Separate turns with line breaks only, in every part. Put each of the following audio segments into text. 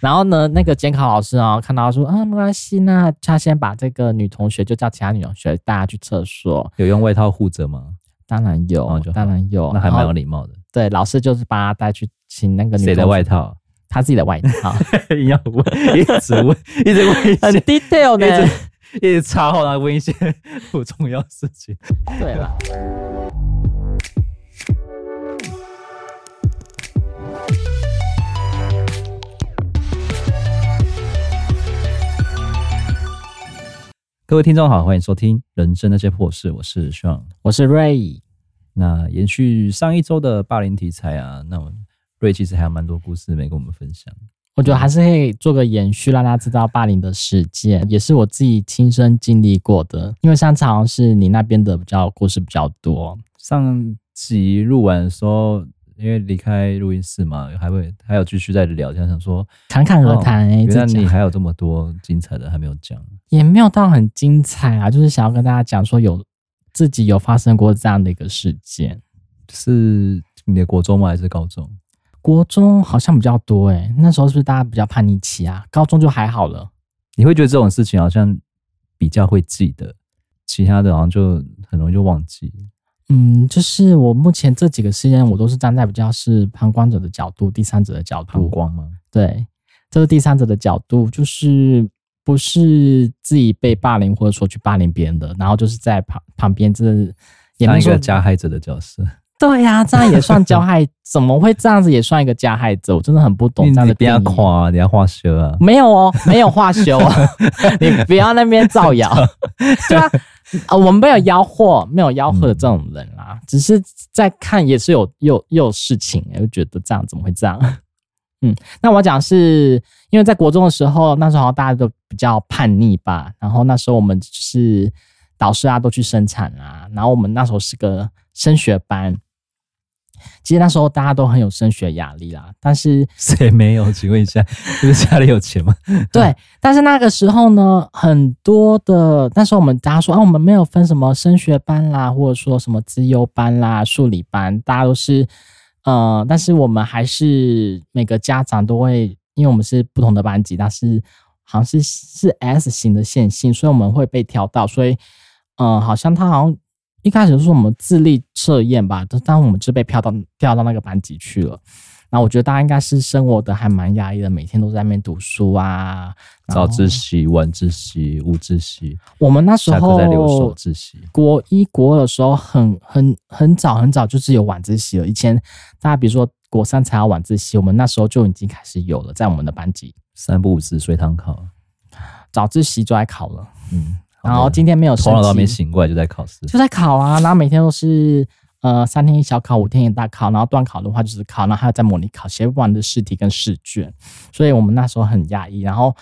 然后呢，那个监考老师哦，看到说啊，没关系，那他先把这个女同学就叫其他女同学带她去厕所。
有用外套护着吗？
当然有，
哦就好
当然有，
那还蛮
然后
有礼貌的。
对，老师就是把她带去请那个女
谁的
同学
外，套？
她自己的外套，
一样问，一直问， 一直问一
很
些，
detail 呢。
一直一直插话，然后问一些不重要事情。
对了。
各位听众好，欢迎收听《人生那些破事》，我是 Sean。
我是瑞，
那延续上一周的霸凌题材啊，那我瑞其实还有蛮多故事没跟我们分享。
我觉得还是可以做个延续，让大家知道霸凌的事件，也是我自己亲身经历过的。因为上次好像是你那边的比较故事比较多，
上集录完的时候，因为离开录音室嘛，还会还有继续在聊天，想说
侃侃而谈、欸，
哦原来
自己
你还有这么多精彩的还没有讲。
也没有到很精彩啊，就是想要跟大家讲说有自己有发生过这样的一个事件。
是你的国中吗？还是高中？
国中好像比较多诶、欸那时候是不是大家比较叛逆期啊？高中就还好了。
你会觉得这种事情好像比较会记得，其他的好像就很容易就忘记。
嗯，就是我目前这几个事件，我都是站在比较是旁观者的角度、第三者的角
膀
度。
胱吗？
对，这是第三者的角度，就是不是自己被霸凌或者说去霸凌别人的，然后就是在旁旁边这也
当
没
一
说
个加害者的角色，
对呀、这样也 算加害？怎么会这样子也算一个加害者？我真的很不懂
你
这样
你
的
不
定
要
义。
夸、啊，你要画蛇啊！
没有哦，没有化修哦，你不要那边造谣，对啊，啊我们没有吆喝，没有吆喝的这种人啦、只是在看也是有又又有事情、欸，就觉得这样怎么会这样？ 嗯，那我讲是因为在国中的时候，那时候好像大家都比较叛逆吧，然后那时候我们就是导师啊都去生产啊，然后我们那时候是个升学班。其实那时候大家都很有升学压力啦，但是
谁没有？请问一下，就是家里有钱吗？
对，但是那个时候呢，很多的那时候我们大家说啊，我们没有分什么升学班啦，或者说什么资优班啦、数理班，大家都是呃，但是我们还是每个家长都会，因为我们是不同的班级，但是好像是是 S 型的线性，所以我们会被挑到，所以呃，好像他好像一开始就是我们智力测验吧，但但我们就被票到票到那个班级去了。然后我觉得大家应该是生活的还蛮压抑的，每天都在那边读书啊。然
早
后
自习、晚自习、午自习，
我们那时
下课
候
再留守自习。
国一、国二的时候很很很早很早就是有晚自习了。以前大家比如说国三才有晚自习，我们那时候就已经开始有了，在我们的班级
三不五时随堂考，
早自习就在考了。
嗯，
然后今天没有
头脑都还
升
没
旗
醒过来就在考试，
就在考啊，然后每天都是呃三天一小考，五天一大考，然后段考的话就是考，然后还有在模拟考，写不完的试题跟试卷，所以我们那时候很压抑。然后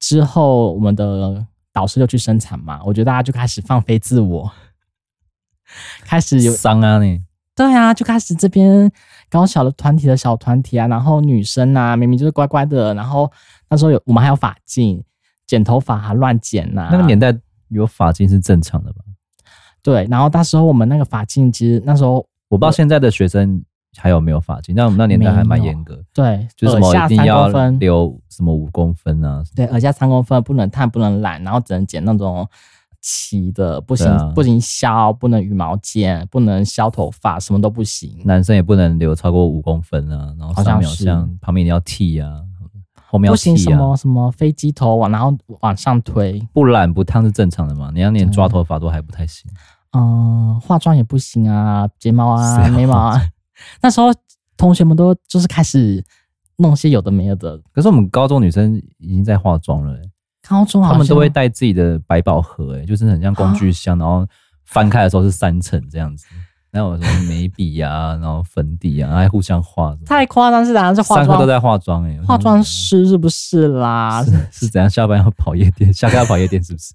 之后我们的导师就去生产嘛，我觉得大家就开始放飞自我， 开始有
伤啊你！
对啊，就开始这边搞小的团体的小团体啊，然后女生啊，明明就是乖乖的，然后那时候有我们还有发镜。剪头发还乱剪啊呐、
那个年代有发禁是正常的吧？
对，然后那时候我们那个发镜，其实那时候
我不知道现在的学生还有没有发禁，但我们那年代还蛮
没有
严格，
对，
就是什
耳
么
下
一定
三
要
公分，
留什么五公分啊，
对，耳下三公分不能烫，不能染，然后只能剪那种齐的，不行、
对啊
不行削，不能羽毛剪，不能削头发，什么都不行。
男生也不能留超过五公分啊，然后
好
上
像
面好
是
像旁边一定要剃啊，后面
不
要
行什
剃
么
啊，
什么飞机头啊往，然后往上推，
不染不烫是正常的嘛，你要连抓头发都还不太行，
嗯，化妆也不行啊，睫毛
谁
啊，
要
眉毛
化
啊。 那时候同学们都就是开始弄些有的没有的，
可是我们高中女生已经在化妆了欸、
高中好
他
像
们都会带自己的百宝盒、欸，就是很像工具箱，然后翻开的时候是三层这样子。然后有什么眉笔啊，然后粉底啊，还互相画什么。
太夸张，是好像是化
上课都
妆
在化妆哎、欸，
化妆师是不是啦？
是啊是怎样？下班要跑夜店，下课要跑夜店是不是？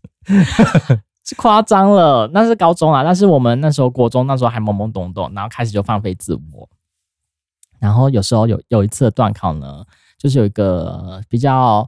是夸张了，那是高中啊，但是我们那时候国中那时候还懵懵懂懂，然后开始就放飞自我，然后有时候有有一次的段考呢，就是有一个比较，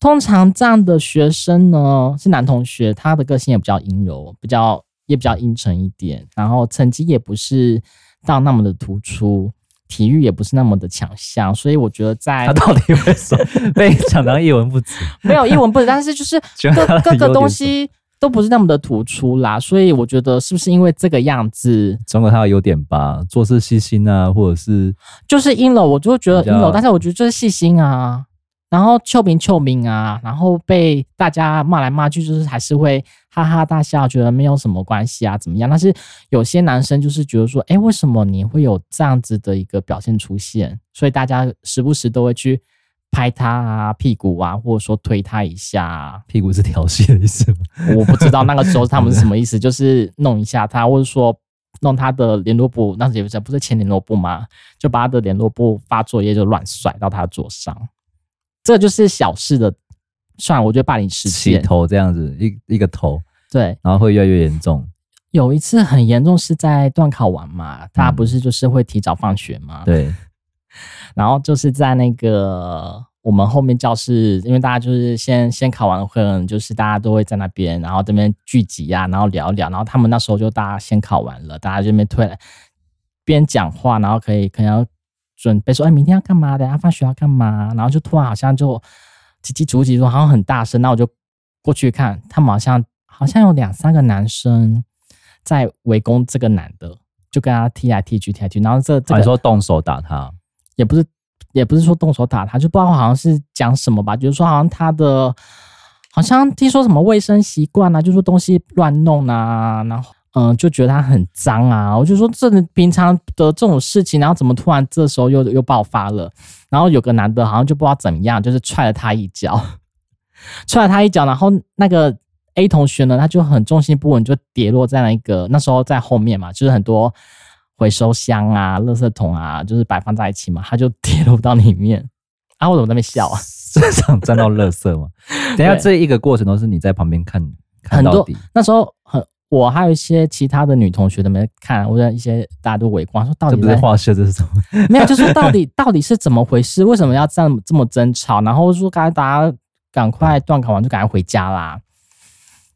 通常这样的学生呢是男同学，他的个性也比较阴柔，比较也比较阴沉一点，然后成绩也不是到那么的突出，体育也不是那么的强项，所以我觉得在
他到底为什 么被讲到一文不值？
没有一文不值，但是就是
请 问他
各
的
各
优
个
点
东
是什么，
西都不是那么的突出啦，所以我觉得是不是因为这个样子，
总有他的优点吧，做事细心啊，或者是
就是阴柔，我就觉得
比较
阴柔，但是我觉得就是细心啊，然后臭名臭名啊，然后被大家骂来骂去，就是还是会哈哈大笑，觉得没有什么关系啊，怎么样？但是有些男生就是觉得说，哎，为什么你会有这样子的一个表现出现？所以大家时不时都会去拍他啊屁股啊，或者说推他一下、啊。
屁股是调戏的意思吗？
我不知道那个时候他们是什么意思，就是弄一下他，或者说弄他的联络簿，那也不是不是前联络簿吗？就把他的联络簿发作业就乱甩到他的桌上，这就是小事的，算了我觉得霸凌事
起
件。
头这样子，一一个头，
对，
然后会越来越严重。
有一次很严重是在段考完嘛，大家不是就是会提早放学嘛，
对，
然后就是在那个我们后面教室，因为大家就是先先考完会，可能就是大家都会在那边，然后这边聚集啊，然后聊一聊，然后他们那时候就大家先考完了，大家就那边退来，边讲话，然后可以可能要准备说，哎，明天要干嘛？等下放学要干嘛？然后就突然好像就叽叽足叽说，好像很大声，那我就过去看，他们好像好像有两三个男生在围攻这个男的。就跟他踢来踢去，踢来踢去，然后这这
还
个
啊说动手打他，
也不是也不是说动手打他，就不知道好像是讲什么吧，就是说好像他的好像听说什么卫生习惯啊，就说东西乱弄啊，然后。嗯，就觉得他很脏啊，我就说这平常的这种事情，然后怎么突然这时候又又爆发了？然后有个男的好像就不知道怎么样，就是踹了他一脚， 踹了他一脚，然后那个 A 同学呢，他就很重心不稳，就跌落在那个那时候在后面嘛，就是很多回收箱啊、垃圾桶啊，就是摆放在一起嘛，他就跌落到里面。啊，我怎么在那边笑啊？
身上沾到垃圾嘛。等一下
对
这一个过程都是你在旁边看看
很
到
多哦
底，
那时候很，我还有一些其他的女同学在那边看，或者一些大家都围观，说到
这
底
不是
在
画设，这是什么？
没有，就是到底 到底是怎么回事？为什么要这样这么争吵？然后说赶快大家赶快断考完就赶快回家啦。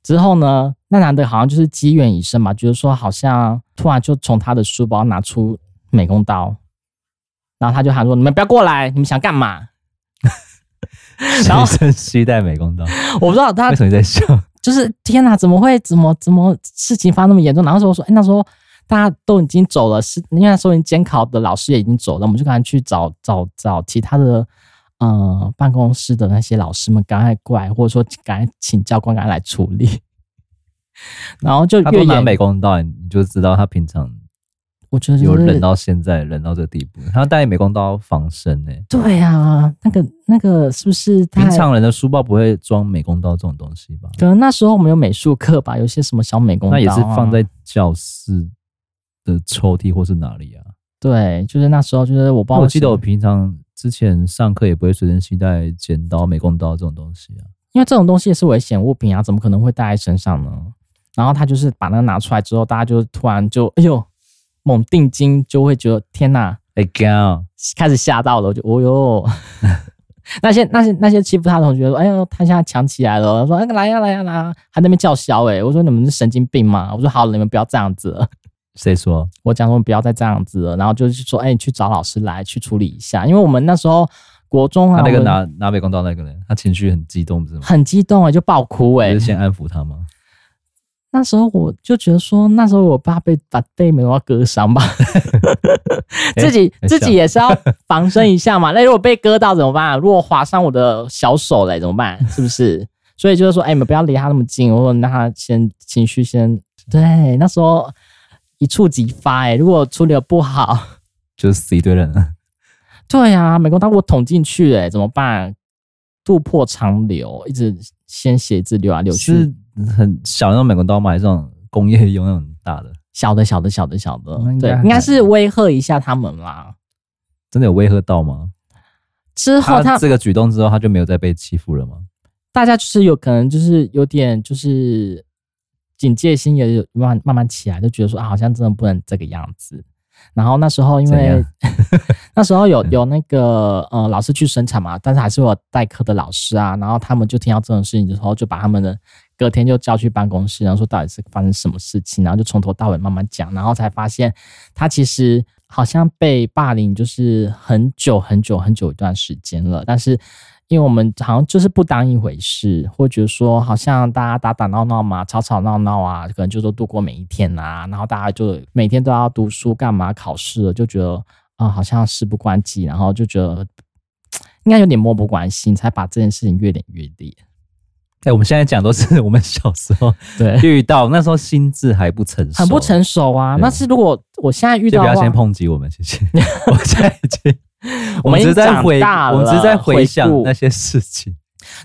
之后呢，那男的好像就是机缘一生吧，就是说好像突然就从他的书包拿出美工刀，然后他就喊说：“你们不要过来，你们想干嘛 然后
随身携带美工刀，？”
我不知道他
为什么你在笑？
就是天哪，怎么会怎么怎么事情发那么严重？然后那时候说，哎、那时候大家都已经走了，是因为那时候已经监考的老师也已经走了，我们就赶快去找找找其他的呃办公室的那些老师们，赶快过来，或者说赶快请教官赶快来处理。然后就
他
越
都拿
演，
美工刀，你就知道他平常
我觉得
有
就是
忍到现在，忍到这地步。他带美工刀防身呢、
对啊，那个那个是不是太
平常人的书包不会装美工刀这种东西吧？
可能那时候我们有美术课吧，有些什么小美工刀、啊
那也是放在教室的抽屉或是哪里啊？
对，就是那时候就是我不知
那
道
我记得
是
我平常之前上课也不会随身携带剪刀、美工刀这种东西啊。
因为这种东西也是危险物品啊，怎么可能会带在身上呢？然后他就是把那个拿出来之后，大家就突然就哎呦，猛定睛，就会觉得天哪，
哎、哥，
开始吓到了，我就哦 哟。那些那些那些欺负他的同学说：“哎呦，他现在抢起来了。”我说：“哎，来呀、来呀、来呀、还在那边叫嚣哎、我说：“你们是神经病吗？”我说：“好了，你们不要这样子了。”
谁说？
我讲说不要再这样子了，然后就是说：“哎、你去找老师来去处理一下。”因为我们那时候国中
他
啊，
那个
我们
拿拿美工刀那个人，他情绪很激动，不是吗？
很激动哎、就爆哭哎、
你是先安抚他吗？
那时候我就觉得说，那时候我爸被把被美国割伤 吧，自己
哎很像
自己也是要防身一下嘛。那如果被割到怎么办？如果划伤我的小手嘞怎么办？是不是？所以就是说，哎、你们不要离他那么近，或者让他先情绪先对。那时候一触即发、哎，如果处理的不好，
就是死一堆人啊，
对呀、美国大我捅进去、哎，怎么办？渡破长流，一直鲜血一直流啊流去，
是很小的那种美工刀吗？还是那种工业用那种大的？
小的小的小的小的
嗯那应，该
对，
还
应该是威吓一下他们啦。
真的有威吓到吗？
之后
他
他
这个举动之后，他就没有再被欺负了吗？
大家就是有可能就是有点就是警戒心也有慢慢慢起来，就觉得说啊，好像真的不能这个样子。然后那时候因
怎
为
样
那时候 有有那个呃老师去生产嘛，但是还是有代课的老师啊，然后他们就听到这种事情之后，就把他们的隔天就叫去办公室，然后说到底是发生什么事情，然后就从头到尾慢慢讲，然后才发现他其实好像被霸凌就是很久很久很久一段时间了，但是因为我们好像就是不当一回事，或者说好像大家打打闹闹嘛，吵吵闹闹啊，可能就说度过每一天啊，然后大家就每天都要读书干嘛考试了，就觉得啊、好像事不关己，然后就觉得嘖应该有点漠不关心，才把这件事情越演越烈。
哎、我们现在讲都是我们小时 候
对，
遇到，那时候心智还不成熟，
很不成熟啊。
对
那是如果我现在遇
就
到的
不要
话
先，抨击我们，谢谢。 我现在已经，
我们已
只
经
是在
长
回，
大了
我们只是在回想
回顾
那些事情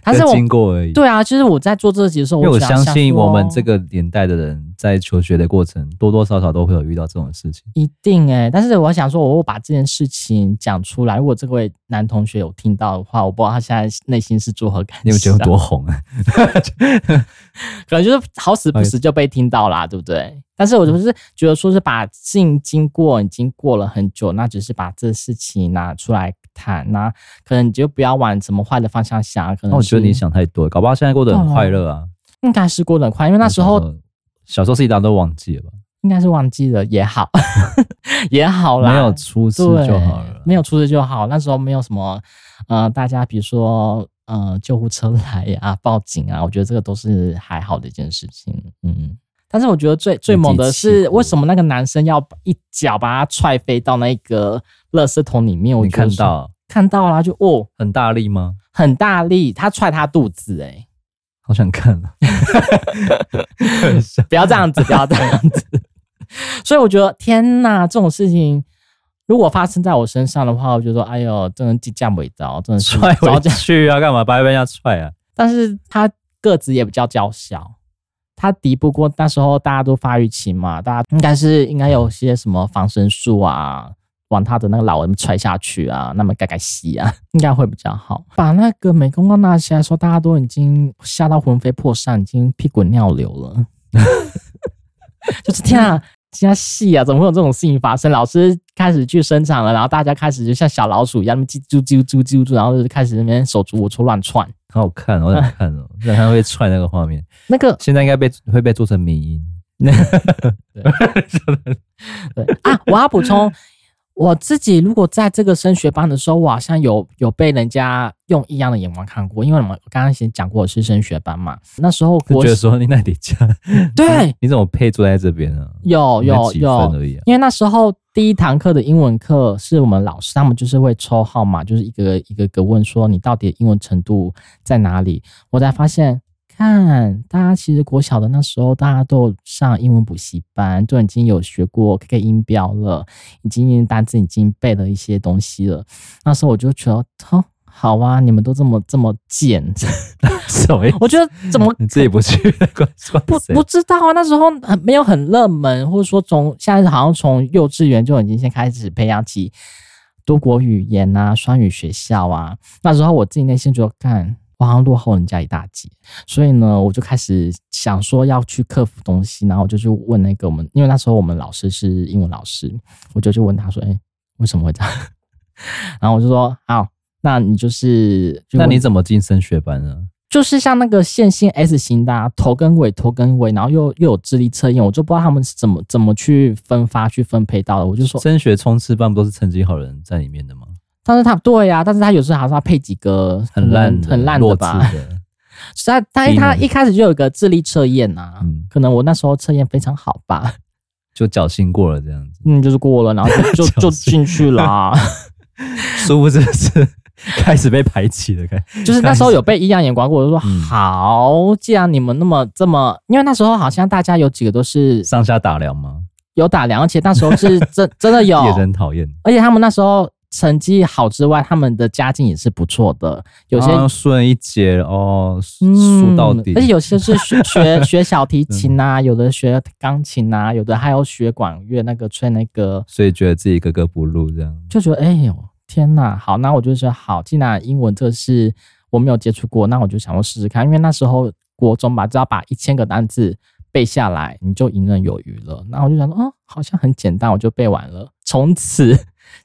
但是
跟
我
经过而已。，
对啊，就是我在做这集的时候，
因为我
只要
相
想
信我们这
说
个年代的人在求学的过程，多多少少都会有遇到这种事情。
一定哎、但是我想说，我会把这件事情讲出来，如果这位男同学有听到的话，我不知道他现在内心是作何感
你们觉
想，
得多红啊？
可能就是好死不死就被听到啦，对不对？但是我就是觉得说是把性经过已经过了很久，那只是把这事情拿出来谈，那可能你就不要往什么坏的方向想，可能
那我觉得
嗯是
你想太多了，搞不好现在过得很快乐啊。
应该是过得很快，因为那时候
小时候事情大家都忘记了吧？
应该是忘记了也好， 也好啦，
没有出事
对，
就好了。
没有出事就好。那时候没有什么呃，大家比如说呃，救护车来呀、报警啊，我觉得这个都是还好的一件事情。嗯，但是我觉得最最猛的
自己
是
气哭
为什么那个男生要一脚把他踹飞到那个垃圾桶里面？我
你
觉得
看
是
到
看到啦，就哦，
很大力吗？
很大力，他踹他肚子、欸，
好想看 啊！开玩笑
不要这样子，不要这样子。 所以我觉得，天哪，这种事情如果发生在我身上的话，我就说，哎呦，真的计价尾刀，真的是
踹
早
回
讲。
去啊，干嘛？白被人家踹啊？
但是他个子也比较娇小，他敌不过那时候大家都发育期嘛，大家应该是应该有些什么防身术啊，往他的那个老人踹下去啊，那么盖盖吸啊，应该会比较好。把那个美工刚拿起来的时候，大家都已经吓到魂飞魄散，已经屁滚尿流了。 就是天啊，加戏啊，怎么会有这种事情发生？老师开始去生产了，然后大家开始就像小老鼠一样，那么叽啾啾啾啾啾，然后就开始那边手足无措乱窜。
好好看，好想看哦！想看会踹那个画面，
那个
现在应该被会被做成迷音。
对啊，我要补充，我自己如果在这个升学班的时候，我好像有有被人家用异样的眼光看过，因为我们刚刚先讲过我是升学班嘛，那时候
就
国
觉得说你那底家，
对
你怎么配坐在这边呢、啊？
有
你才
有
几分
有，
而 已啊！
因为那时候第一堂课的英文课是我们老师，他们就是会抽号码，就是一个一个个问说你到底英文程度在哪里，我才发现。看，大家其实国小的那时候，大家都有上英文补习班，都已经有学过 KK 音标了，已经单字已经背了一些东西了。那时候我就觉得，哦，好啊，你们都这么这么贱，
什么意思？
我觉得怎么
你自己不去，怪怪
不
谁
不？知道啊，那时候很没有很热门，或者说从现在好像从幼稚园就已经先开始培养起多国语言啊、双语学校啊。那时候我自己内心就干，我好像落后人家一大截，所以呢，我就开始想说要去克服东西，然后我就去问那个我们，因为那时候我们老师是英文老师，我就去问他说：“哎、为什么会这样？”然后我就说：“好，那你就是……就
那
问
你怎么进升学班啊呢？
就是像那个线性 S 型的、啊、头跟尾、头跟尾，然后又又有智力测验，我就不知道他们是怎么怎么去分发、去分配到的。我就说，
升学冲刺班不都是成绩好的人在里面的吗？
但是他对啊呀、但是他有时候还是要配几个
很烂
可能很烂
弱
的
智
吧。
的，
是啊，但是他
低能
一开始就有个智力测验啊，
嗯，
可能我那时候测验非常好吧，
就侥幸过了这样子。
嗯，就是过了，然后 就就就进去了啊、
殊不知是 开始被排挤的，开
就是那时候有被异样眼光过，我就说、
嗯
好，既然你们那么这么，因为那时候好像大家有几个都是
上下打量吗？
有打量，而且那时候是真真的有
也真讨厌。
而且他们那时候成绩好之外，他们的家境也是不错的，有些、
啊顺一截哦，输
嗯
输到底，
而且有些是学 学学小提琴啊，有的学钢琴啊，有的还有学管乐那个吹那个，
所以觉得自己格格不入这样。
就觉得哎呦天呐，好，那我就说好，既然英文这是我没有接触过，那我就想说试试看，因为那时候国中吧，只要把一千个单字背下来，你就游刃有余了。那我就想说，哦，好像很简单，我就背完了，从此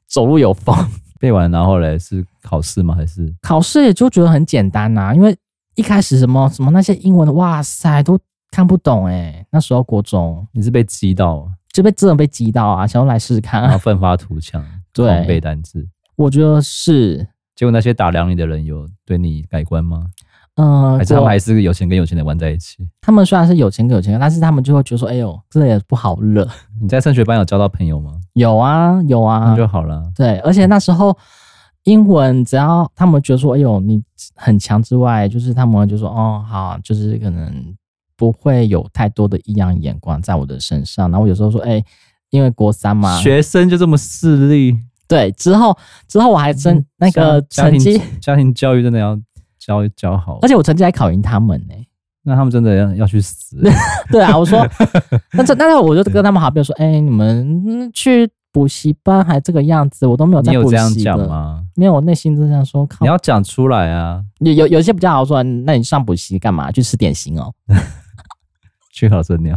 走路有风。
背完然后嘞是考试吗？还是
考试也就觉得很简单啊呐、因为一开始什么欸什么那些英文的，哇塞，都看不懂哎、那时候国中
你是被激到啊？
就被真的被击到啊，想要来试试看、
然后
啊。
奋发图强，
对
狂背单词。
我觉得是，
结果那些打量你的人有对你改观吗？
嗯、
还是他
我
们还是有钱跟有钱的玩在一起？
他们虽然是有钱跟有钱，但是他们就会觉得说，哎呦，这也不好惹。
你在升学班有交到朋友吗？
有啊，有啊
那，就好了。
对，而且那时候英文只要他们觉得说，哎呦，你很强之外，就是他们会就说，哦，好，就是可能不会有太多的异样眼光在我的身上。然后我有时候说，哎，因为国三嘛，
学生就这么势利，
对，之后之后我还真、那个
嗯家
成绩
家，庭家庭教育真的要教教好
而，且我成绩还考赢他们呢、
那他们真的要要去死。
对啊，我 说，那这那我就跟他们好朋友说，哎、你们嗯去补习班还这个样子， 我都没有
你
在
有
补
这样
习
讲
的。
吗？
没有，我内心就这样说，靠
你，要讲出来啊！
有有有一些比较好说，那你上补习干嘛？去吃点心哦。
去好生鸟，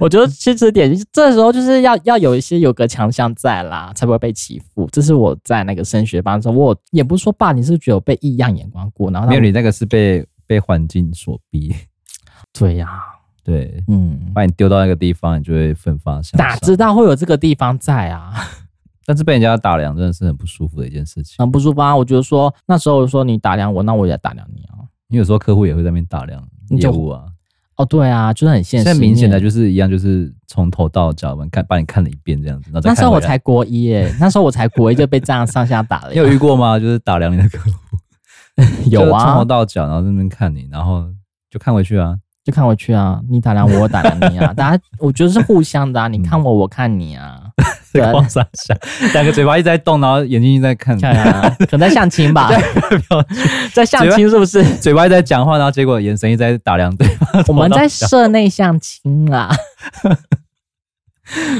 我觉得去吃点心，这时候就是要要有一些有个强项在啦，才不会被欺负。这是我在那个升学班的时候，我也不是说爸，你是不是觉得我被异样眼光过，然后他
没有
们
你那个是被被环境所逼，
对呀、
对，
嗯，
把你丢到那个地方，你就会奋发向
哪
上。
知道会有这个地方在啊，
但是被人家打量真的是很不舒服的一件事情。
很不舒服啊。我觉得说那时候我说你打量我，那我也打量你啊。
因为有时候客户也会在那边打量
你
业
就
务啊，
哦，对啊，就是很现
现
实
在
面。
明显的就是一样，就是从头到脚我们看把你看了一遍这样子。然后再
那时候
看
我
回来
才国一耶，那时候我才国一就被这样上下 打了
你。有遇过吗？就是打量你的客户，
有
就是从
啊
头，到脚，然后在那边看你，然后就看回去啊。
就看回去 啊，你打量我，我打量你啊，大家我觉得是互相
嗯
的啊，你看我，我看你 啊， 对啊，
光三 下，两个嘴巴一直在动，然后眼睛一直在看，
看啊， 可能在相亲吧， 在相亲是不 是？
嘴巴一直在讲话，然后结果眼神一直在打量对方。
我们在社内相亲啊，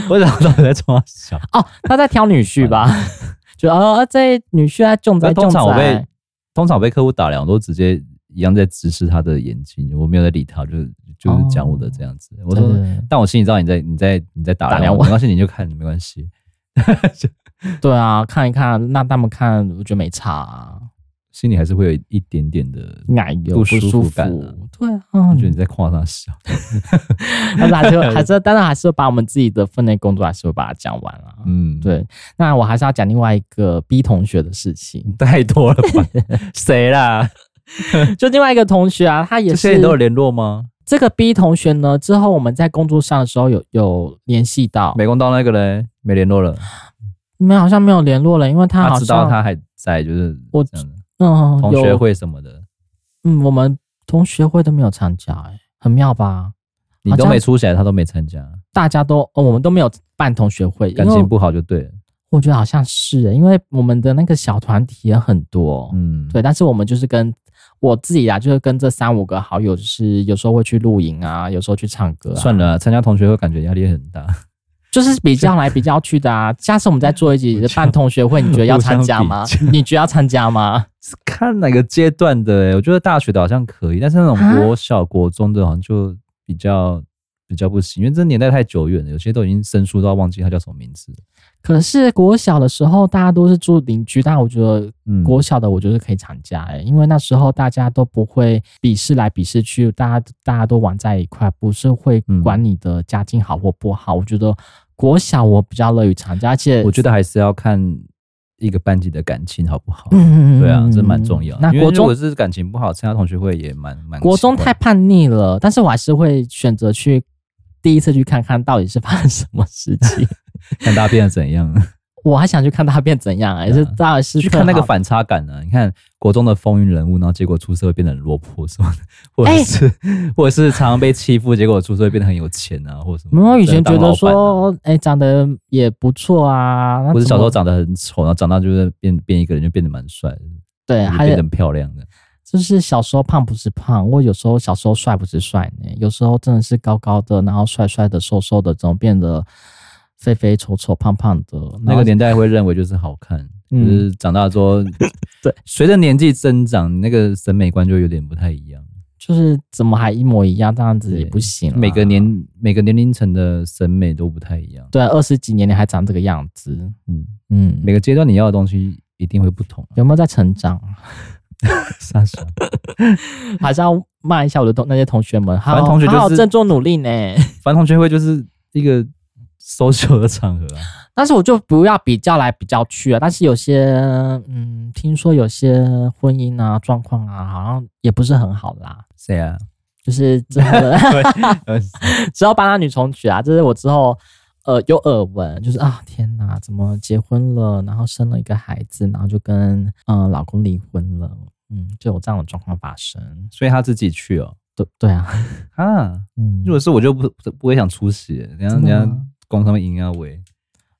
我想到底在冲他笑。
哦，他在挑女婿 吧？ 就哦，这女婿在重在
但
重
通常我
在
被，通常被客户打量，我都直接一样在直视他的眼睛，我没有在理他，就是就是讲我的这样子。我
对
说
哦对对，
但我心里知道你在你在你在打
打
量
量
我，
我
没关系，你就看，没关系。
对啊，看一看，那他们看，我觉得没差、啊，
心里还是会有一一点点的，
奶油
不
舒
舒服
服
感啊
对啊
觉，得你在夸他笑。
但是 还是会还是，当然还是会把我们自己的分内工作还是会把它讲完啊了、
嗯，，
对，那我还是要讲另外一个 B 同学的事情，
太多了吧？谁啦？
就另外一个同学啊，他也
这
是
些人都有联络吗？
这个 B 同学呢，之后我们在工作上的时候有有联系到，
美工刀那个嘞，没联络了。
没有好像没有联络了，因为他
他
好
知道
像
他还在，就是
我
这样的
嗯
同
有
学会什么的，
嗯，我们同学会都没有参加、哎，很妙吧？
你
好
都
像
没出起来，他都没参加，
大家都、哦我们都没有办同学会，因
感
为
情不好就对了。
我觉得好像是、哎因为我们的那个小团体也很多，
嗯，
对，但是我们就是跟我自己啊，就是跟这三五个好友，就是有时候会去露营啊，有时候去唱歌、啊，
算了啊，参加同学会感觉压力很大。
就是比较来比较去的啊。下次我们再做一集办同学会，你觉得要参加吗
互相？
你觉得要参加吗？
看哪个阶段的、欸，我觉得大学的好像可以，但是那种
啊
国小、国中的，好像就比较比较不行，因为这年代太久远了，有些都已经生疏到忘记他叫什么名字了。
可是国小的时候，大家都是住邻居，但我觉得
嗯，
国小的我觉得可以参加、欸，因为那时候大家都不会鄙视来鄙视去，大家大家都玩在一块，不是会
嗯
管你的家境好或不好。我觉得国小我比较乐于参加，而且
我觉得还是要看一个班级的感情好不好。
嗯
对啊，这蛮重要的。
那
因为
国
如
中
果是感情不好，参加同学会也蛮蛮
国中
奇怪
太叛逆了，但是我还是会选择去第一次去看看到底是发生什么事情。
看大家变得怎样，
我还想去看他变怎样、欸，也是到底是
啊去看那个
反。
反差感啊！你看国中的风云人物，然后结果出社会变得很落魄 什么的，或
哎
者是、 或者是常常被欺负，结果出社会变得很有钱啊，或者什么。
没有以前觉
真的
得
当老板啊
说，哎、长得也不错啊，那
或者
怎
小时候
么
长得很丑，然后长大就是变变一个人就变得蛮帅的，
对，
也
哎还
变得
有
很漂亮的。
就是小时候胖不是胖，我有时候小时候帅不是帅呢，有时候真的是高高的，然后帅帅的、瘦瘦的，怎么变得肥肥丑丑、胖胖的？
那
然后
个年代会认为就是好看，就
嗯
是长大之后，
对，
随着年纪增长，你那个审美观就有点不太一样。
就是怎么还一模一样，这样子也不行啦。
每个年每个年龄层的审美都不太一样，
对啊二十几年你还长这个样子，
嗯，
嗯，
每个阶段你要的东西一定会不同、啊。
有没有在成长？
傻傻，
还是要骂一下我的同那些同学们，好
正同学就是
好好振作努力呢。
反正同学会就是一个 social 的场合啊。
但是我就不要比较来比较去啊。但是有些，嗯，听说有些婚姻啊状况啊，好像也不是很好啦。
谁啊？
就是真 的
对，呃
只要帮他女重举啊，这是我之后呃有耳闻，就是啊天哪，怎么结婚了，然后生了一个孩子，然后就跟嗯、呃老公离婚了，嗯，就有这样的状况发生。
所以他自己去哦。
对对啊，
啊，
嗯
如，果是我就不不不会想出席，人家
真
人
的吗
家光他们赢啊喂，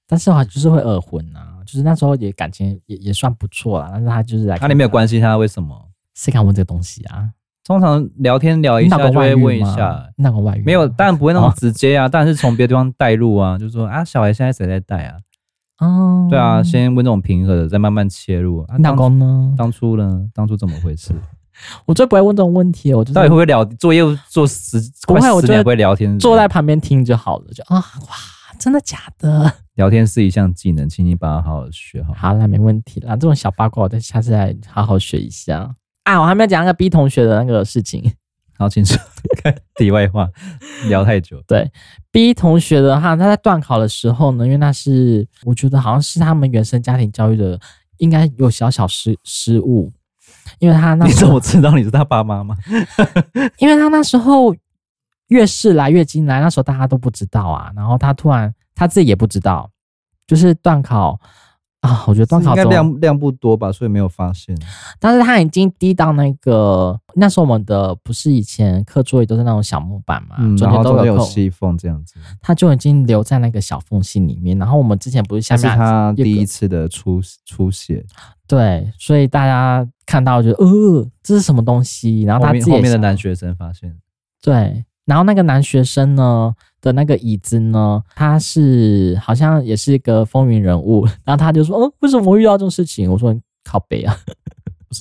但是我还就是会耳魂啊，就是那时候也感情也也算不错啦，但是他就是来，
啊那、你没有关系他为什么？
谁敢问这个东西啊？
通常聊天聊一
你老
下
公
就
外
会
遇
问一
吗
下，
你老公外遇吗
没有，当然不会那么
哦
直接啊，但是从别的地方带入啊，就说啊，小孩现在谁在带啊？
哦，
对啊，先问这种平和的，再慢慢切入啊。
你老
当
公呢？
当初呢？当初怎么回事？
嗯我最不会问这种问题，哦我就是
到底会不会聊作业做十
不
快
会我
十
觉得
年不会聊天？
坐在旁边听就好了，就啊哇，真的假的？
聊天是一项技能，请你把它好好学好。
好啦，没问题啦。这种小八卦，我再下次来好好学一下啊。我还没有讲那个 B 同学的那个事情。
好，请说。 题外话，聊太 久。
B 同学的话，他在断考的时候呢，因为那是我觉得好像是他们原生家庭教育的，应该有小小失失误，因为他那
你
时
怎
候
么知道 你是他爸妈吗？
因为他那时候月事来月经来，那时候大家都不知道啊。然后他突然他自己也不知道，就是断考啊，我觉得断考
应该
中
量量不多吧，所以没有发现。
但是它已经低到那个那时候我们的不是以前课桌椅都是那种小木板嘛，
嗯，
中间
然后
都
中间
有
有
空，
细缝这样子。
它就已经留在那个小缝隙里面。然后我们之前不是下
但是
面
他
有
第
个
一次的出出血，
对，所以大家看到就呃这是什么东西，然后他
后
自
面
己也
后面的
想
男学生发现，
对，然后那个男学生呢的那个椅子呢，他是好像也是一个风云人物，然后他就说嗯为什么会遇到这种事情？我说靠北啊，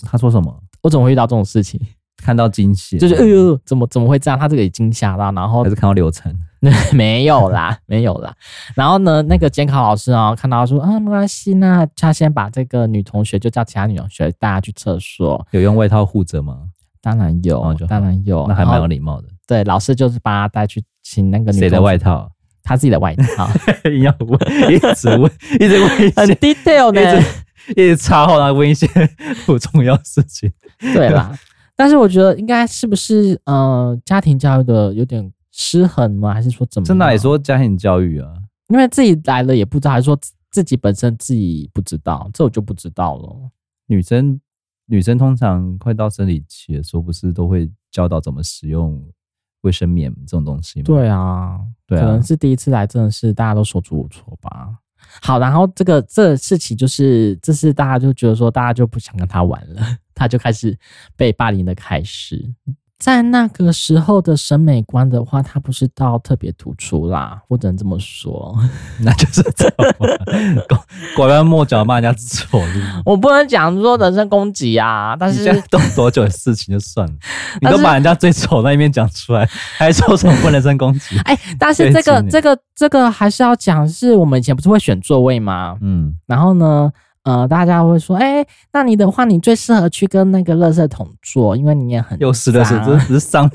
他说什么？
我怎么会遇到这种事情？
看到惊喜，
就是哎呦怎么怎么会这样？他这个已经吓到，然后
还是看到流程？
没有啦，没有啦。然后呢，那个监考老师啊、看到说啊，没关系，那他先把这个女同学就叫其他女同学带她去厕所。
有用外套护着吗？
当然有，
哦就好
当然有，
那还蛮有
理。
礼貌的。
对，老师就是把她带去请那个女
谁的
同学
外，套？
她自己的外套，
一样问，一直问，一直问一
很
些，
detail 呢
一。直一直插话，然后问一些 不重要事情。
对啦，但是我觉得应该是不是呃家庭教育的有点失衡吗？还是说怎么？
这哪里？啊说家庭教育啊？
因为自己来了也不知道，还是说自自己本身自己不知道？这我就不知道了。
女生女生通常快到生理期的时候，不是都会教导怎么使用卫生棉这种东西吗？
对啊，
对啊
可能是第一次来，真的是大家都手足无措吧。好，然后这个这个事情就是，这是大家就觉得说，大家就不想跟他玩了， 他就开始被霸凌的开始。在那个时候的审美观的话，他不是到特别突出啦，我只能这么说。
那就是这样嘛。果果然末脚骂人家丑， 是不是
我不能讲说人身攻击啊，但
你现在
是
动多久的事情就算了，你
但
都
是？
把人家最丑那一面讲出来，还说什么不能生攻击
哎，但是这个这个这个还是要讲，是我们以前不是会选座位吗？
嗯，
然后呢，呃，大家会说，哎、那你的话，你最适合去跟那个垃圾桶坐，因为你也很
又是的是，
脏
这只是伤。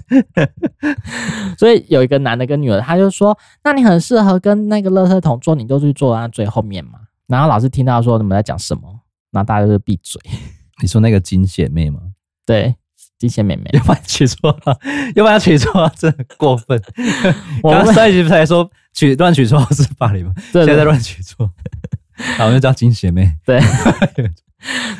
所以有一个男的跟女的，他就说，那你很适合跟那个垃圾桶坐，你就去坐在最后面嘛。然后老师听到说你们在讲什么，然后大家就闭嘴。
你说那个金姐妹吗？
对，金贤妹妹，
要不然取错了，要不然取错 了，真的很过分。
我
我
们
们上一集才说取乱取错是霸凌吗？
对
现在在
对
乱取错， 好，我们就叫金姐妹。
对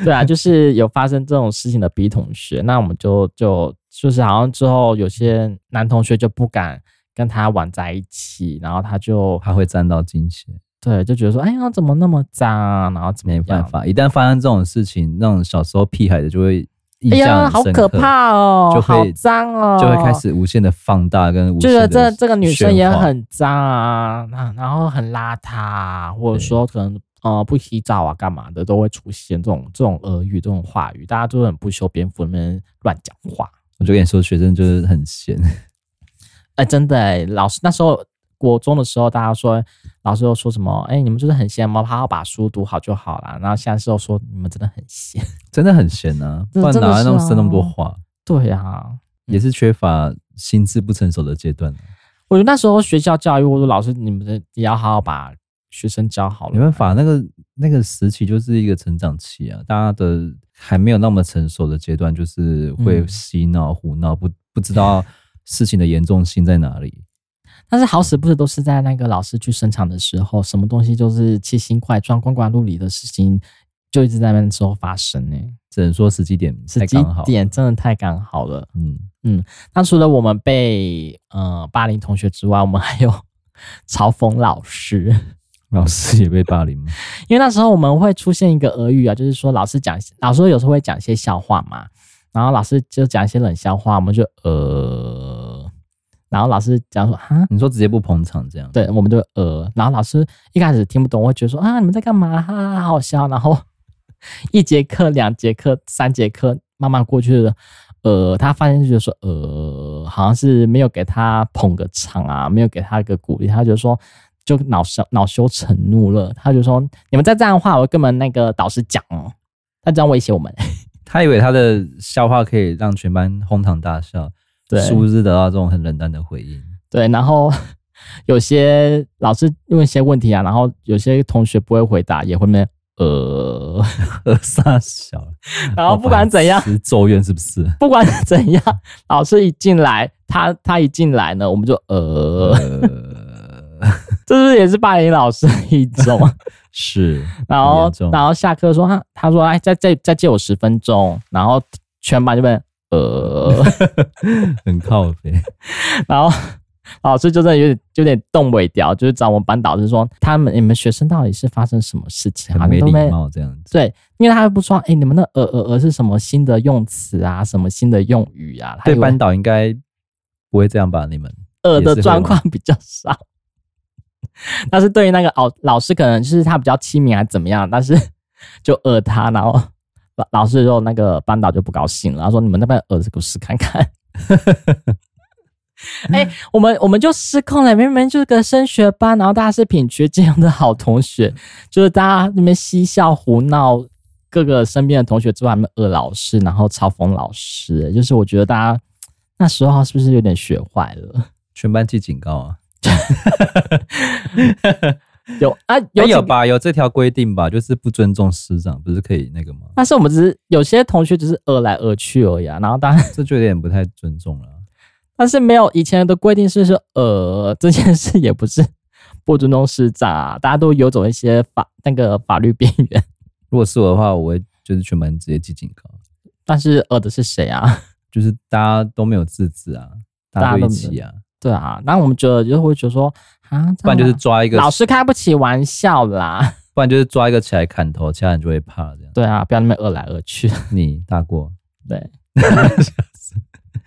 对啊，就是有发生这种事情的 B 同学，那我们就就就是好像之后有些男同学就不敢跟他玩在一起，然后他就
她会沾到金姐，
对，就觉得说，哎呀，怎么那么脏啊？然后怎么
没
样？
办，法，一旦发生这种事情，那种小时候屁孩的就会印
哎
象
呀，
很
好
深
可
刻，
怕哦，
就
好
会
脏哦，
就会开始无限的放大跟无
觉
限
得
的
这这个女生也
喧哗
很脏啊，那然后很邋遢啊，或者
对
说可能呃不洗澡啊干嘛的，都会出现这种这种俄语这种话语，大家都很不修边幅，那边乱讲话。
我就跟你说，学生就是很闲，
哎，真的哎，老师那时候国中的时候，大家说老师又说什么？哎，你们就是很闲吗？好好把书读好就好啦。然后现在是又说你们真的很闲。
真的很闲啊，
这
不然
真的
哪来那么
是啊
生那么多话？
对呀、啊，
也是缺乏心智不成熟的阶段。啊
我觉得那时候学校教育，我说老师你们的也要好好把学生教好了。
没办法，那个那个时期就是一个成长期啊，大家的还没有那么成熟的阶段，就是会
嗯
嬉闹胡闹，不不知道事情的严重性在哪里。
但是好死不死都是在那个老师去生产的时候，什么东西就是七星块状、光怪陆离的事情，就一直在那时候发生呢、
只能说时机点
时
才
机
刚好。
点真的太刚好了。
嗯，
那除了我们被呃霸凌同学之外，我们还有 嘲讽老师，
老师也被霸凌吗？
因为那时候我们会出现一个俄语啊，就是说老师讲，老师有时候会讲一些笑话嘛，然后老师就讲一些冷笑话，我们就呃，然后老师讲说哈，
你说直接不捧场这样？，
对，我们就呃，然后老师一开始听不懂，我会觉得说啊，你们在干嘛？哈、哈，好好笑。然后一节课、两节课、三节课慢慢过去了，呃，他发现就觉得说呃，好像是没有给他捧个场啊，没有给他一个鼓励，他就说就恼羞恼羞成怒了，他就说你们再这样的话，我会跟我们那个导师讲哦，他这样威胁我们。
他以为他的笑话可以让全班哄堂大笑，
对
殊不知得到这种很冷淡的回 应。
对，然后有些老师问一些问题啊，然后有些同学不会回答，也会没 呃。
呃，傻小，
然后不管怎样，
是咒怨是 不是？
不管怎样，老师一进来，他他一进来呢，我们就呃，
呃，
这是不是也是霸凌老师的一种？
是，
然后
严重
然后下课说他他说哎，再再再借我十分钟，然后全班就被 呃，
很靠
哎
北。
然后。老师就真的有点有点动尾调，就是找我们班导师说，他们你们学生到底是发生什么事情啊？
很没
你们
礼
都没
貌这样子。
对，因为他不说，哎、你们的呃呃呃是什么新的用词啊，什么新的用语啊？他
对
以为
班导应该不会这样吧？你们
呃
也
的
是会
状
吗
况比较少。 但是对于那个老老师，可能就是他比较亲民还是啊怎么样，但是就呃他，然后老老师就那个班导就不高兴了，他说你们那边呃这个试看 看。哎、我们我们就失控了，明明就是个升学班，然后大家是品学兼优的好同学，就是大家那边嬉笑胡闹，各个身边的同学之外，还有恶老师，然后嘲讽老师、哎就是我觉得大家那时候是不是有点学坏了？
全班记警告啊？
有啊，有
有哎有
几个？
吧？有这条规定吧？就是不尊重师长，不是可以那个吗？
但是我们只是有些同学只是讹来讹去而已啊，然后当然，
这就有点不太尊重了。
但是没有以前的规定是说呃这件事也不是不尊重师长啊，大家都游走一些法那个法律边缘。
如果是我的话，我会就是全班直接记警告，
但是讹的是谁 啊？
就是大家都没有自制啊，大
大家
家
都
都一
没有
起啊，
对啊，那我们觉得就会觉得说啊，
不然就是抓一
这
个
样啊，老师开不起玩笑啦。
不然就是抓一个起来砍头，其他人就会怕这样。
对啊，不要那么讹来讹去。
你大过，
对，
你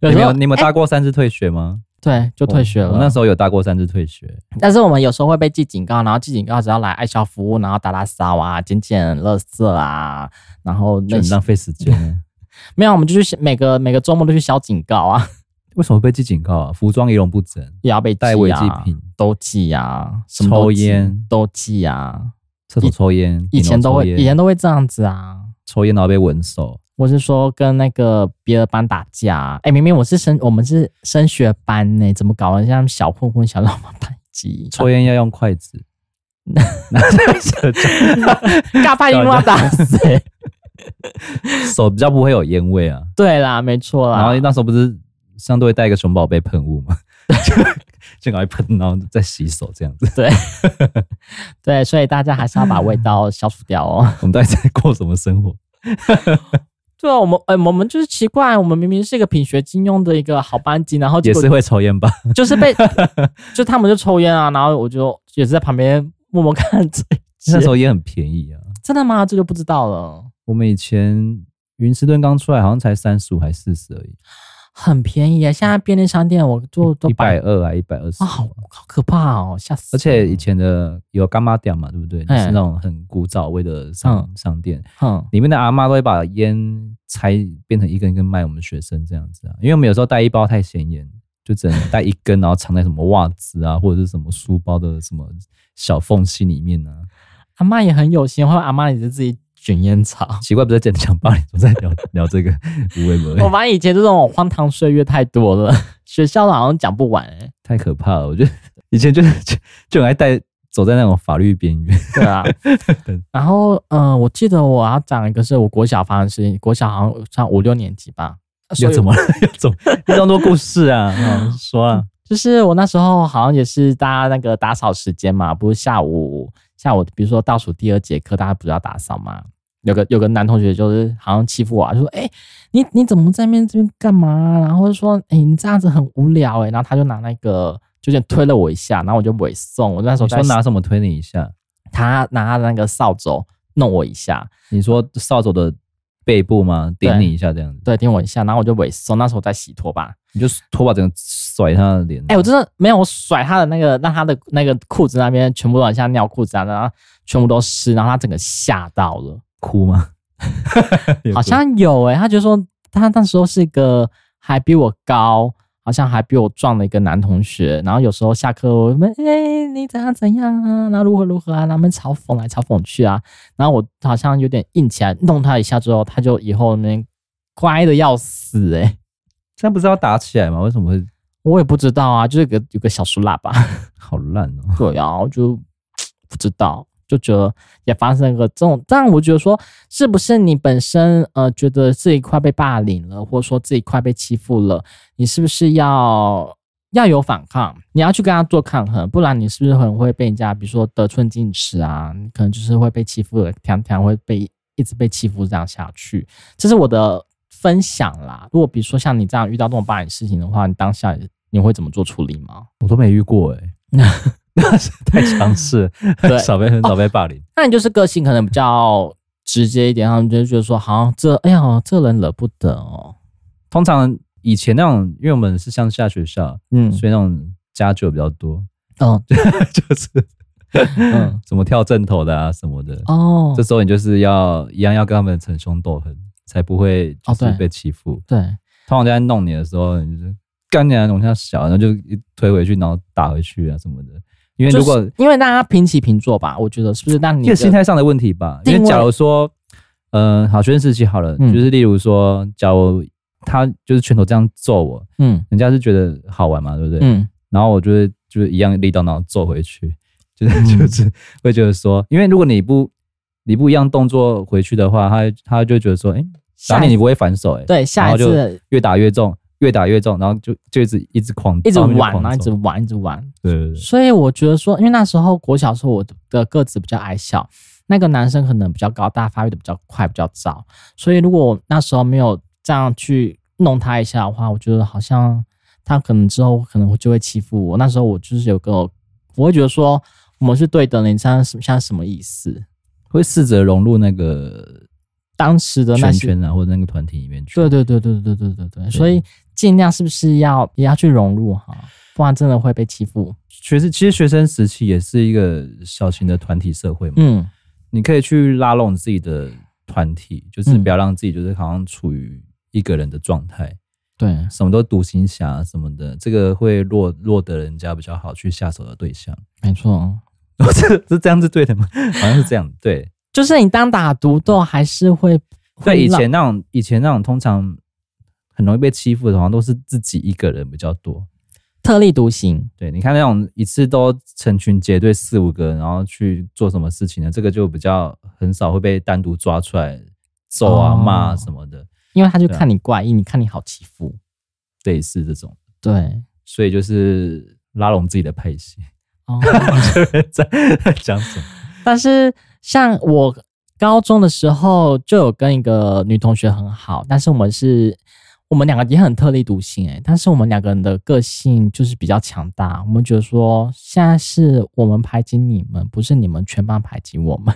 有时
们
候哎
有哎你们大过三次退学吗？哦
对就退学
我
了。
我那时候有大过三次退学，
但是我们有时候会被记警告，然后记警告只要来爱校服务，然后打打扫啊、捡捡垃圾啊，然后
就
那
很
些
浪费时间啊。
没有，我们就去每个每个周末都去小警告啊，
为什么被记警告啊？服装仪容不整，
也要被记啊
带违禁品，
都记啊，什么都记
抽烟
都记啊，
厕所抽烟，
以前
顶
都
楼抽
会
烟
以前都会这样子啊。
抽烟然后被 闻手，
我是说跟那个别的班打架、啊，哎、明明我是升我们是升学班呢、怎么搞得像小混混、小浪漫班级？
抽烟要用筷子，
尬拍音要打谁？
手比较不会有烟味啊。
对啊啦，没错啦。
然后那时候不是相对带一个熊宝贝喷雾 嘛，就就赶快喷，然后再洗手这样子。
对，所以大家还是要把味道消除掉哦。
我们到底在过什么生 活？
对啊，我们哎、我们就是奇怪，我们明明是一个品学兼优的一个好班级，然后
也
结果
是会抽 烟吧？
就是 被就他们就抽烟啊，然后我就也是在旁边默默看着。
那时候烟很便宜啊。
真的吗？这就不知道了，
我们以前云斯顿刚出来好像才三十五还四十而已，
很便宜啊！现在便利商店我就哦都
一
摆
百二啊，一百二十
啊，。好好可怕哦，吓死！
而且以前的有干妈店嘛，对不对？就
哎
是那种很古早味的商商店，
嗯，
里面的阿妈都会把烟拆变成一根一根卖我们学生这样子啊，因为我们有时候带一包太显眼，就只能带一根，然后藏在什么袜子啊，或者是什么书包的什么小缝隙里面啊。
阿妈也很有心，后来阿妈也是自己卷烟草。
奇怪，不是 在讲讲八零，都在聊聊这个无为不
我
为。
把以前这种荒唐岁月太多了， 学校的好像讲不完哎、
太可怕了。我觉得以前就是 就就很爱带走在那种法律边缘。
对 啊，然后嗯、呃我记得我要讲一个是我国小发生的事情，国小好像上五六年级吧，
又怎么 了？又怎么？又这么多故事啊！嗯说啊，
就是我那时候好像也是大家那个打扫时间嘛，不是下午下午，比如说倒数第二节课，大家不是要打扫嘛？有个有个男同学就是好像欺负我、啊，就说：“哎、你你怎么在那边这边干嘛啊、然后就说：“哎、你这样子很无聊哎、然后他就拿那个就有点推了我一下，然后我就尾送。我那时候
你
在
说拿什么推你一下？
他拿他的那个扫帚弄我一下，
你说扫帚的背部吗？顶
对
你一下这样子，
对，顶我一下，然后我就尾送。那时候我在洗拖把，
你就拖把整个甩他的脸。
哎、我真的没有，我甩他的那个，让他的那个裤子那边全部往下尿裤子啊，然后全部都湿，然后他整个吓到了，
哭 吗？
好像有哎、他就说他那时候是一个还比我高，好像还比我壮的一个男同学，然后有时候下课我们哎、你怎样怎样啊，然后如何如何啊，然后他们嘲讽来嘲讽去啊，然后我好像有点硬起来，弄他一下之后，他就以后那边乖的要死哎、
现在不是要打起来吗？为什么会
我也不知道啊，就是有个有个小树喇叭。
好烂哦？
对啊，我就不知道，就觉得也发生了这种。但我觉得说，是不是你本身呃觉得自己快被霸凌了，或者说自己快被欺负了，你是不是要要有反抗？你要去跟他做抗衡，不然你是不是很会被人家，比如说得寸进尺啊？你可能就是会被欺负的，常常会被一直被欺负这样下去。这是我的分享啦。如果比如说像你这样遇到这种霸凌事情的话，你当下你会怎么做处理吗？
我都没遇过 哎、太强势，
对哦
很少被很少被霸凌。
那你就是个性可能比较直接一点，他们就觉得说，好，这哎呀，这人惹不得哦。
通常以前那种，因为我们是乡下学校，
嗯
所以那种家教比较多，
嗯
就是
嗯
什么跳正头的啊什么的。
哦
这，时候你就是要一样要跟他们逞凶斗狠，才不会就
哦对
是被欺负。
对，
通常在弄你的时候，你就是干你啊，龙虾小，然后就一推回去，然后打回去啊什么的。因为
就
如果
是因为大家平起平坐吧，我觉得是不是？那你
这
的
个心态上的问题吧。因为
定位
假如说，呃，好，学生时期好了，
嗯
就是例如说，假如他就是拳头这样揍我，
嗯
人家是觉得好玩嘛，对不对？
嗯
然后我就会就是一样力道，然后揍回去， 就是、
嗯
就是会觉得说，因为如果你不你不一样动作回去的话，他他就会觉得说，哎、
下
打你
一
你不会反手、哎，
对，下
然
一
后就
次
越打越重，越打越重，然后就就一直一直狂
一直
然后就
玩
狂
啊，一直
揍
玩，一直玩。
对对对，
所以我觉得说，因为那时候国小的时候我的个子比较矮小，那个男生可能比较高大，发育的比较快，比较早，所以如果我那时候没有这样去弄他一下的话，我觉得好像他可能之后可能会就会欺负我。那时候我就是有个，我会觉得说我们是对等的，你像什像什么意思？
会试着融入那个
当时的那
圈
些
圈啊，或者那个团体里面去。
对对对对对对对对，所以尽量是不是要也要去融入哈，不然真的会被欺负。
学生其实学生时期也是一个小型的团体社会嘛，
嗯
你可以去拉拢自己的团体，就是
嗯
不要让自己就是好像处于一个人的状态，
对，
什么都独行侠啊什么的，这个会落落得人家比较好去下手的对象。
没错。
这是这样是对的吗？好像是这样，对。
就是你单打独斗还是会
对，
会
以
让
前那种以前那种通常很容易被欺负的，好像都是自己一个人比较多。
特立独行，
对，你看那种一次都成群结队四五个，然后去做什么事情呢？这个就比较很少会被单独抓出来揍啊、
哦
骂、啊什么的，
因为他就
对啊
看你怪异，你看你好欺负。
类似这种。
对，
所以就是拉拢自己的派系。
哦，
在讲什么？
但是像我高中的时候就有跟一个女同学很好，但是我们是。我们两个也很特立独行诶、欸但是我们两个人的个性就是比较强大。我们觉得说，现在是我们排挤你们，不是你们全班排挤我们。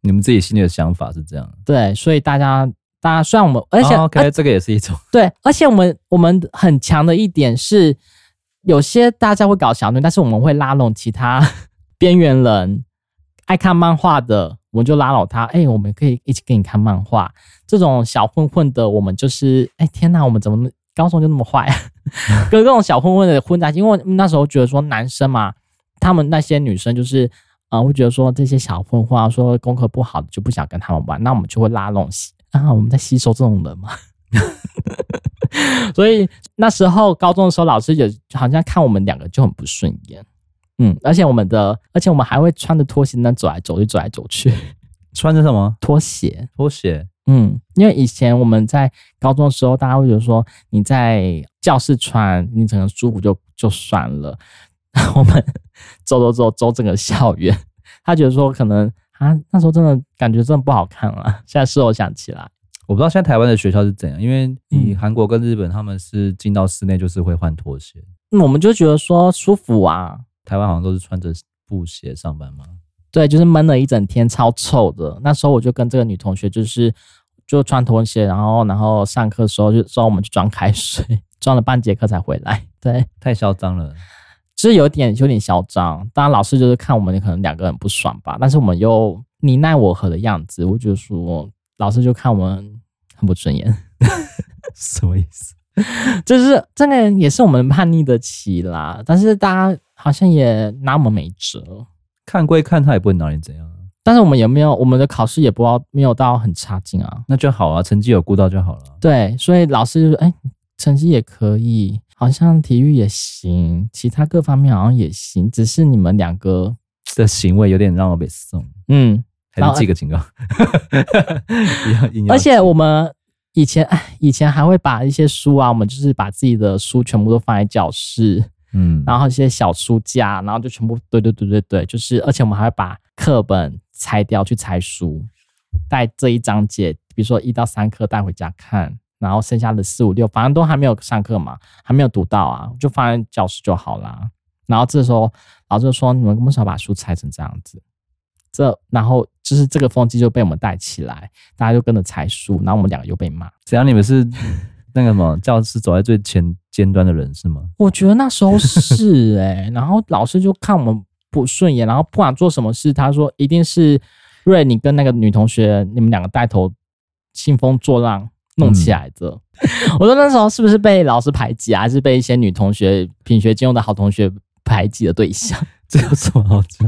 你们自己心里的想法是这样。
对，所以大家，大家虽然我们，而且、
哦 OK，这个也是一种
对，而且我们我们很强的一点是，有些大家会搞小队，但是我们会拉拢其他 边缘人，爱看漫画的，我们就拉拢他，哎、我们可以一起跟你看漫画。这种小混混的，我们就是，哎、天哪，我们怎么高中就那么坏、 啊？跟这种小混混的混在一起，因为那时候觉得说男生嘛，他们那些女生就是。啊、会觉得说这些小混混啊，说功课不好的就不想跟他们玩，那我们就会拉拢吸啊，我们在吸收这种人嘛。所以那时候高中的时候，老师也好像看我们两个就很不顺眼。嗯，而且我们的，而且我们还会穿着拖鞋那走来走去，走来走去，
穿着什么
拖鞋。
拖鞋？
嗯，因为以前我们在高中的时候，大家会觉得说你在教室穿，你整个舒服就就算了。 我们走走走走整个校园， 他觉得说可能啊那时候真的感觉真的不好看了。现在事后想起来，
我不知道现在台湾的学校是怎样，因为以韩国跟日本，他们是进到室内就是会换拖鞋，
嗯我们就觉得说舒服啊，
台湾好像都是穿着布鞋上班嘛。
对，就是闷了一整天，超臭的。那时候我就跟这个女同学，就是就穿拖鞋，然后然后上课的时候就说我们去装开水，装了半节课才回来。 对，
太嚣张了，
就是有点有点嚣张。当然老师就是看我们可能两个人不爽吧，但是我们又你奈我何的样子，我就说老师就看我们很不顺眼，
什么意思？
就是这个也是我们叛逆的期啦。但是大家好像也拿我们没辙。
看归看，他也不会拿你怎样啊，
但是我们也没有，我们的考试也不到没有到很差劲啊。
那就好啊，成绩有顾到就好了啊。
对，所以老师就说，哎、成绩也可以，好像体育也行，其他各方面好像也行，只是你们两个，
这行为有点让我被送，
嗯，
还是记个警 告。一样硬要
而且我们以前，哎，以前还会把一些书啊，我们就是把自己的书全部都放在教室，
嗯，
然后一些小书架，然后就全部堆堆堆堆堆，就是，而且我们还会把课本拆掉去拆书，带这一章节，比如说一到三课带回家看，然后剩下的四五六，反正都还没有上课嘛，还没有读到啊，就放在教室就好啦。然后这时候老师就说：“你们为什么把书拆成这样子？”这，然后就是这个风气就被我们带起来，大家就跟着拆书，然后我们两个又被骂。
只要你们是 那个什么教室走在最前尖端的人是吗？
我觉得那时候是哎、然后老师就看我们不顺眼，然后不管做什么事，他说一定是瑞你跟那个女同学你们两个带头兴风作浪弄起来的。我说那时候是不是被老师排挤啊，还是被一些女同学品学兼优的好同学排挤的对象？
这有什么好讲？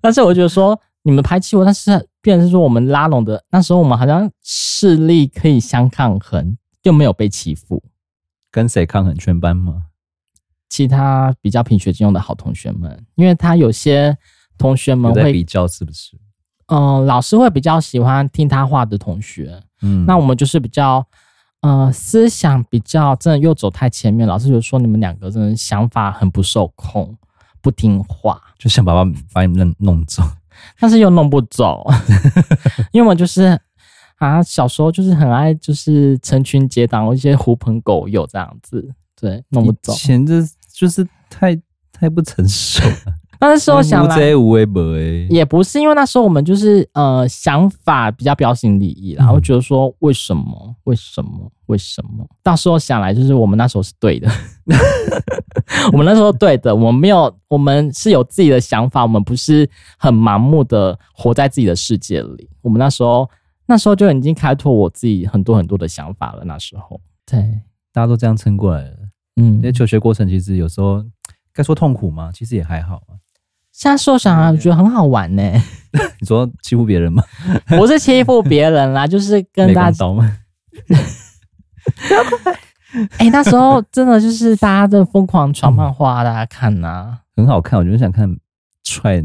但是我觉得说你们排挤我，但是变成是说我们拉拢的那时候我们好像势力可以相抗衡，又没有被欺负。
跟谁抗衡？全班吗？
其他比较品学兼优的好同学们，因为他有些同学们
有在
会，
比较是不是？
嗯、老师会比较喜欢听他话的同学，
嗯，
那我们就是比较，呃，思想比较真的又走太前面，老师就说你们两个真的想法很不受控，不听话，
就想把把把你们弄弄走。
但是又弄不 走，因为我就是啊，小时候就是很爱就是成群结党，一些狐朋狗友这样子，对，弄不走
以。前这就是太太不 成熟了，
但是我想
无
来，
这无为不为，
也不是，因为那时候我们就是呃想法比较标新立异啦，
嗯
我觉得说为什么为什么为什么，到时候想来就是我们那时候是对的， 我们那时候对的，我们没有，我们是有自己的想法，我们不是很盲目的活在自己的世界里，我们那时候那时候就已经开拓我自己很多很多的想法了，那时候对，
大家都这样撑过来了。
嗯
因为，求学过程其实有时候该说痛苦吗？其实也还好啊。
现在说想来我觉得很好玩呢、
你说欺负别人吗？
不是欺负别人啦，就是跟
美
大
工
家
刀吗？
哎、那时候真的就是大家都疯狂传漫画、啊大家看呐、
很好看，我就很想看 踹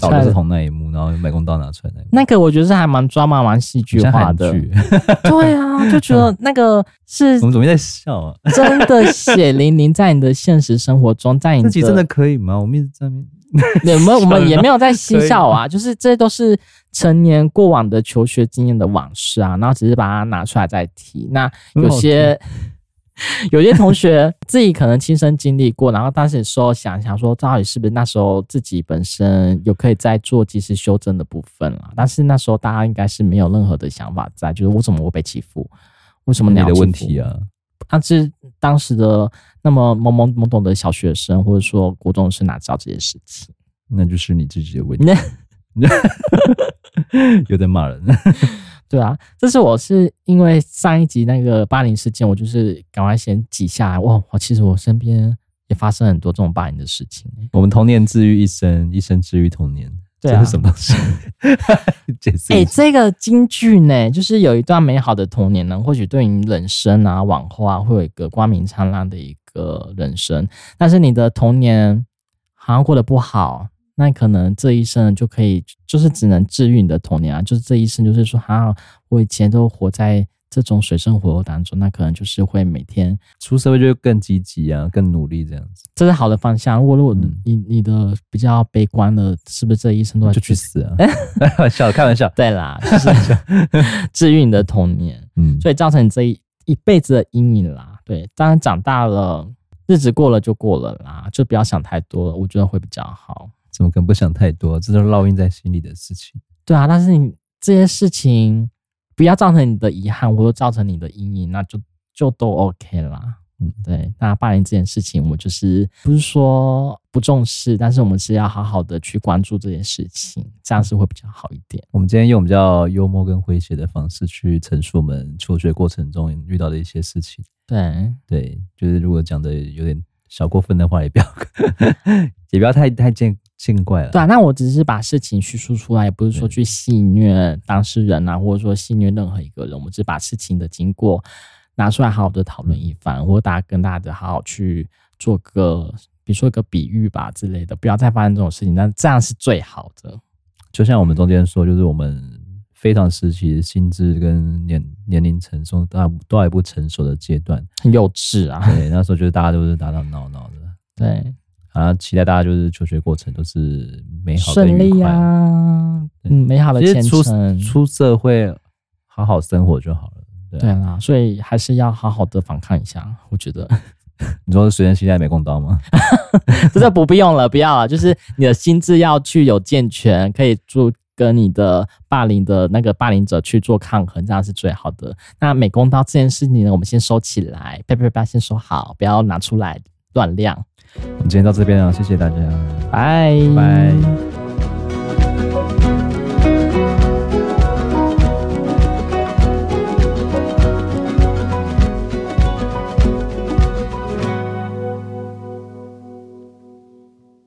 倒的是同那一幕，然后美工刀拿出来那一幕。
那个我觉得是还蛮抓马、蛮戏剧
像
化
韩
的。
剧，
对啊，就觉得那个是
我们怎么在笑啊？
真的血淋淋在你的现实生活中，在你
这
的
集真的可以吗？我们一直在那边，
我们我们也没有在嬉笑啊，就是这都是成年过往的求学经验的往事啊，然后只是把它拿出来再提。那有些 有些同学自己可能亲身经历过，然后当时说想想说，到底是不是那时候自己本身有可以再做及时修正的部分啦？但是那时候大家应该是没有任何的想法在，就是我怎么会被欺负？为什么
嗯你
要
的
欺
问
负
题啊，
那是当时的那么懵懵懵懂的小学生，或者说国中生哪知道这些事情？
那就是你自己的问题。 有点骂人，
对啊，这是我是因为上一集那个霸凌事件，我就是赶快先记下来。哇，我其实我身边也发生很多这种霸凌的事情、欸
我们童年治愈一生，一生治愈童年。
对
这
啊
是，什么 东西？解释
哎、
一下。
这个京剧呢，就是有一段美好的童年呢，或许对你人生啊、往后啊，会有一个光明灿烂的一个人生。但是你的童年好像过得不好，那可能这一生就可以，就是只能治愈你的童年啊。就是这一生，就是说，啊，我以前都活在这种水深火热当中，那可能就是会每天，
出社会就会更积极啊，更努力这样子，
这是好的方向。如果如果你、
嗯
你你的比较悲观的，是不是这一生都在
就去死啊！ 开玩笑，开玩笑。
对啦，就是 治愈你的童年。
嗯，
所以造成你这一一辈子的阴影啦。对，当然长大了，日子过了就过了啦，就不要想太多了，我觉得会比较好。
怎么可能不想太多？这都是烙印在心里的事情。
对啊，但是你这些事情不要造成你的遗憾，或者造成你的阴影，那就就都 OK 啦。嗯
嗯，
对，那霸凌这件事情，我就是不是说不重视，但是我们是要好好的去关注这件事情，这样是会比较好一点。
我们今天用比较幽默跟诙谐的方式去陈述我们求学过程中遇到的一些事情。
对，
对，就是如果讲的有点小过分的话，也不要 也不要太太见见怪了。
对啊，那我只是把事情叙述出来，也不是说去戏虐当事人啊，或者说戏虐任何一个人，我只是把事情的经过拿出来好好的讨论一番，或者大家跟大家好好去做个，比如说一个比喻吧之类的，不要再发生这种事情，那这样是最好的。
就像我们中间说，就是我们非常时期心智跟年年龄成熟都还都还不成熟的阶段，
很幼稚啊，
对，那时候就是大家都是打打闹闹的。
对，
啊，期待大家就是求学过程都是美好的
顺
愉
利
快。
啊，嗯，美好的
其
前
实出
程。
出社会，好好生活就好了。对啊，
对啦，所以还是要好好的反抗一下，我觉得
你说随身携带美工刀吗？
这就不不用了，不要了，就是你的心智要去有健全，可以做跟你的霸凌的那个霸凌者去做抗衡，这样是最好的。那美工刀这件事情呢，我们先收起来，啪啪啪，先收好，不要拿出来乱亮。
啊我们今天到这边了，谢谢大家。
拜
拜。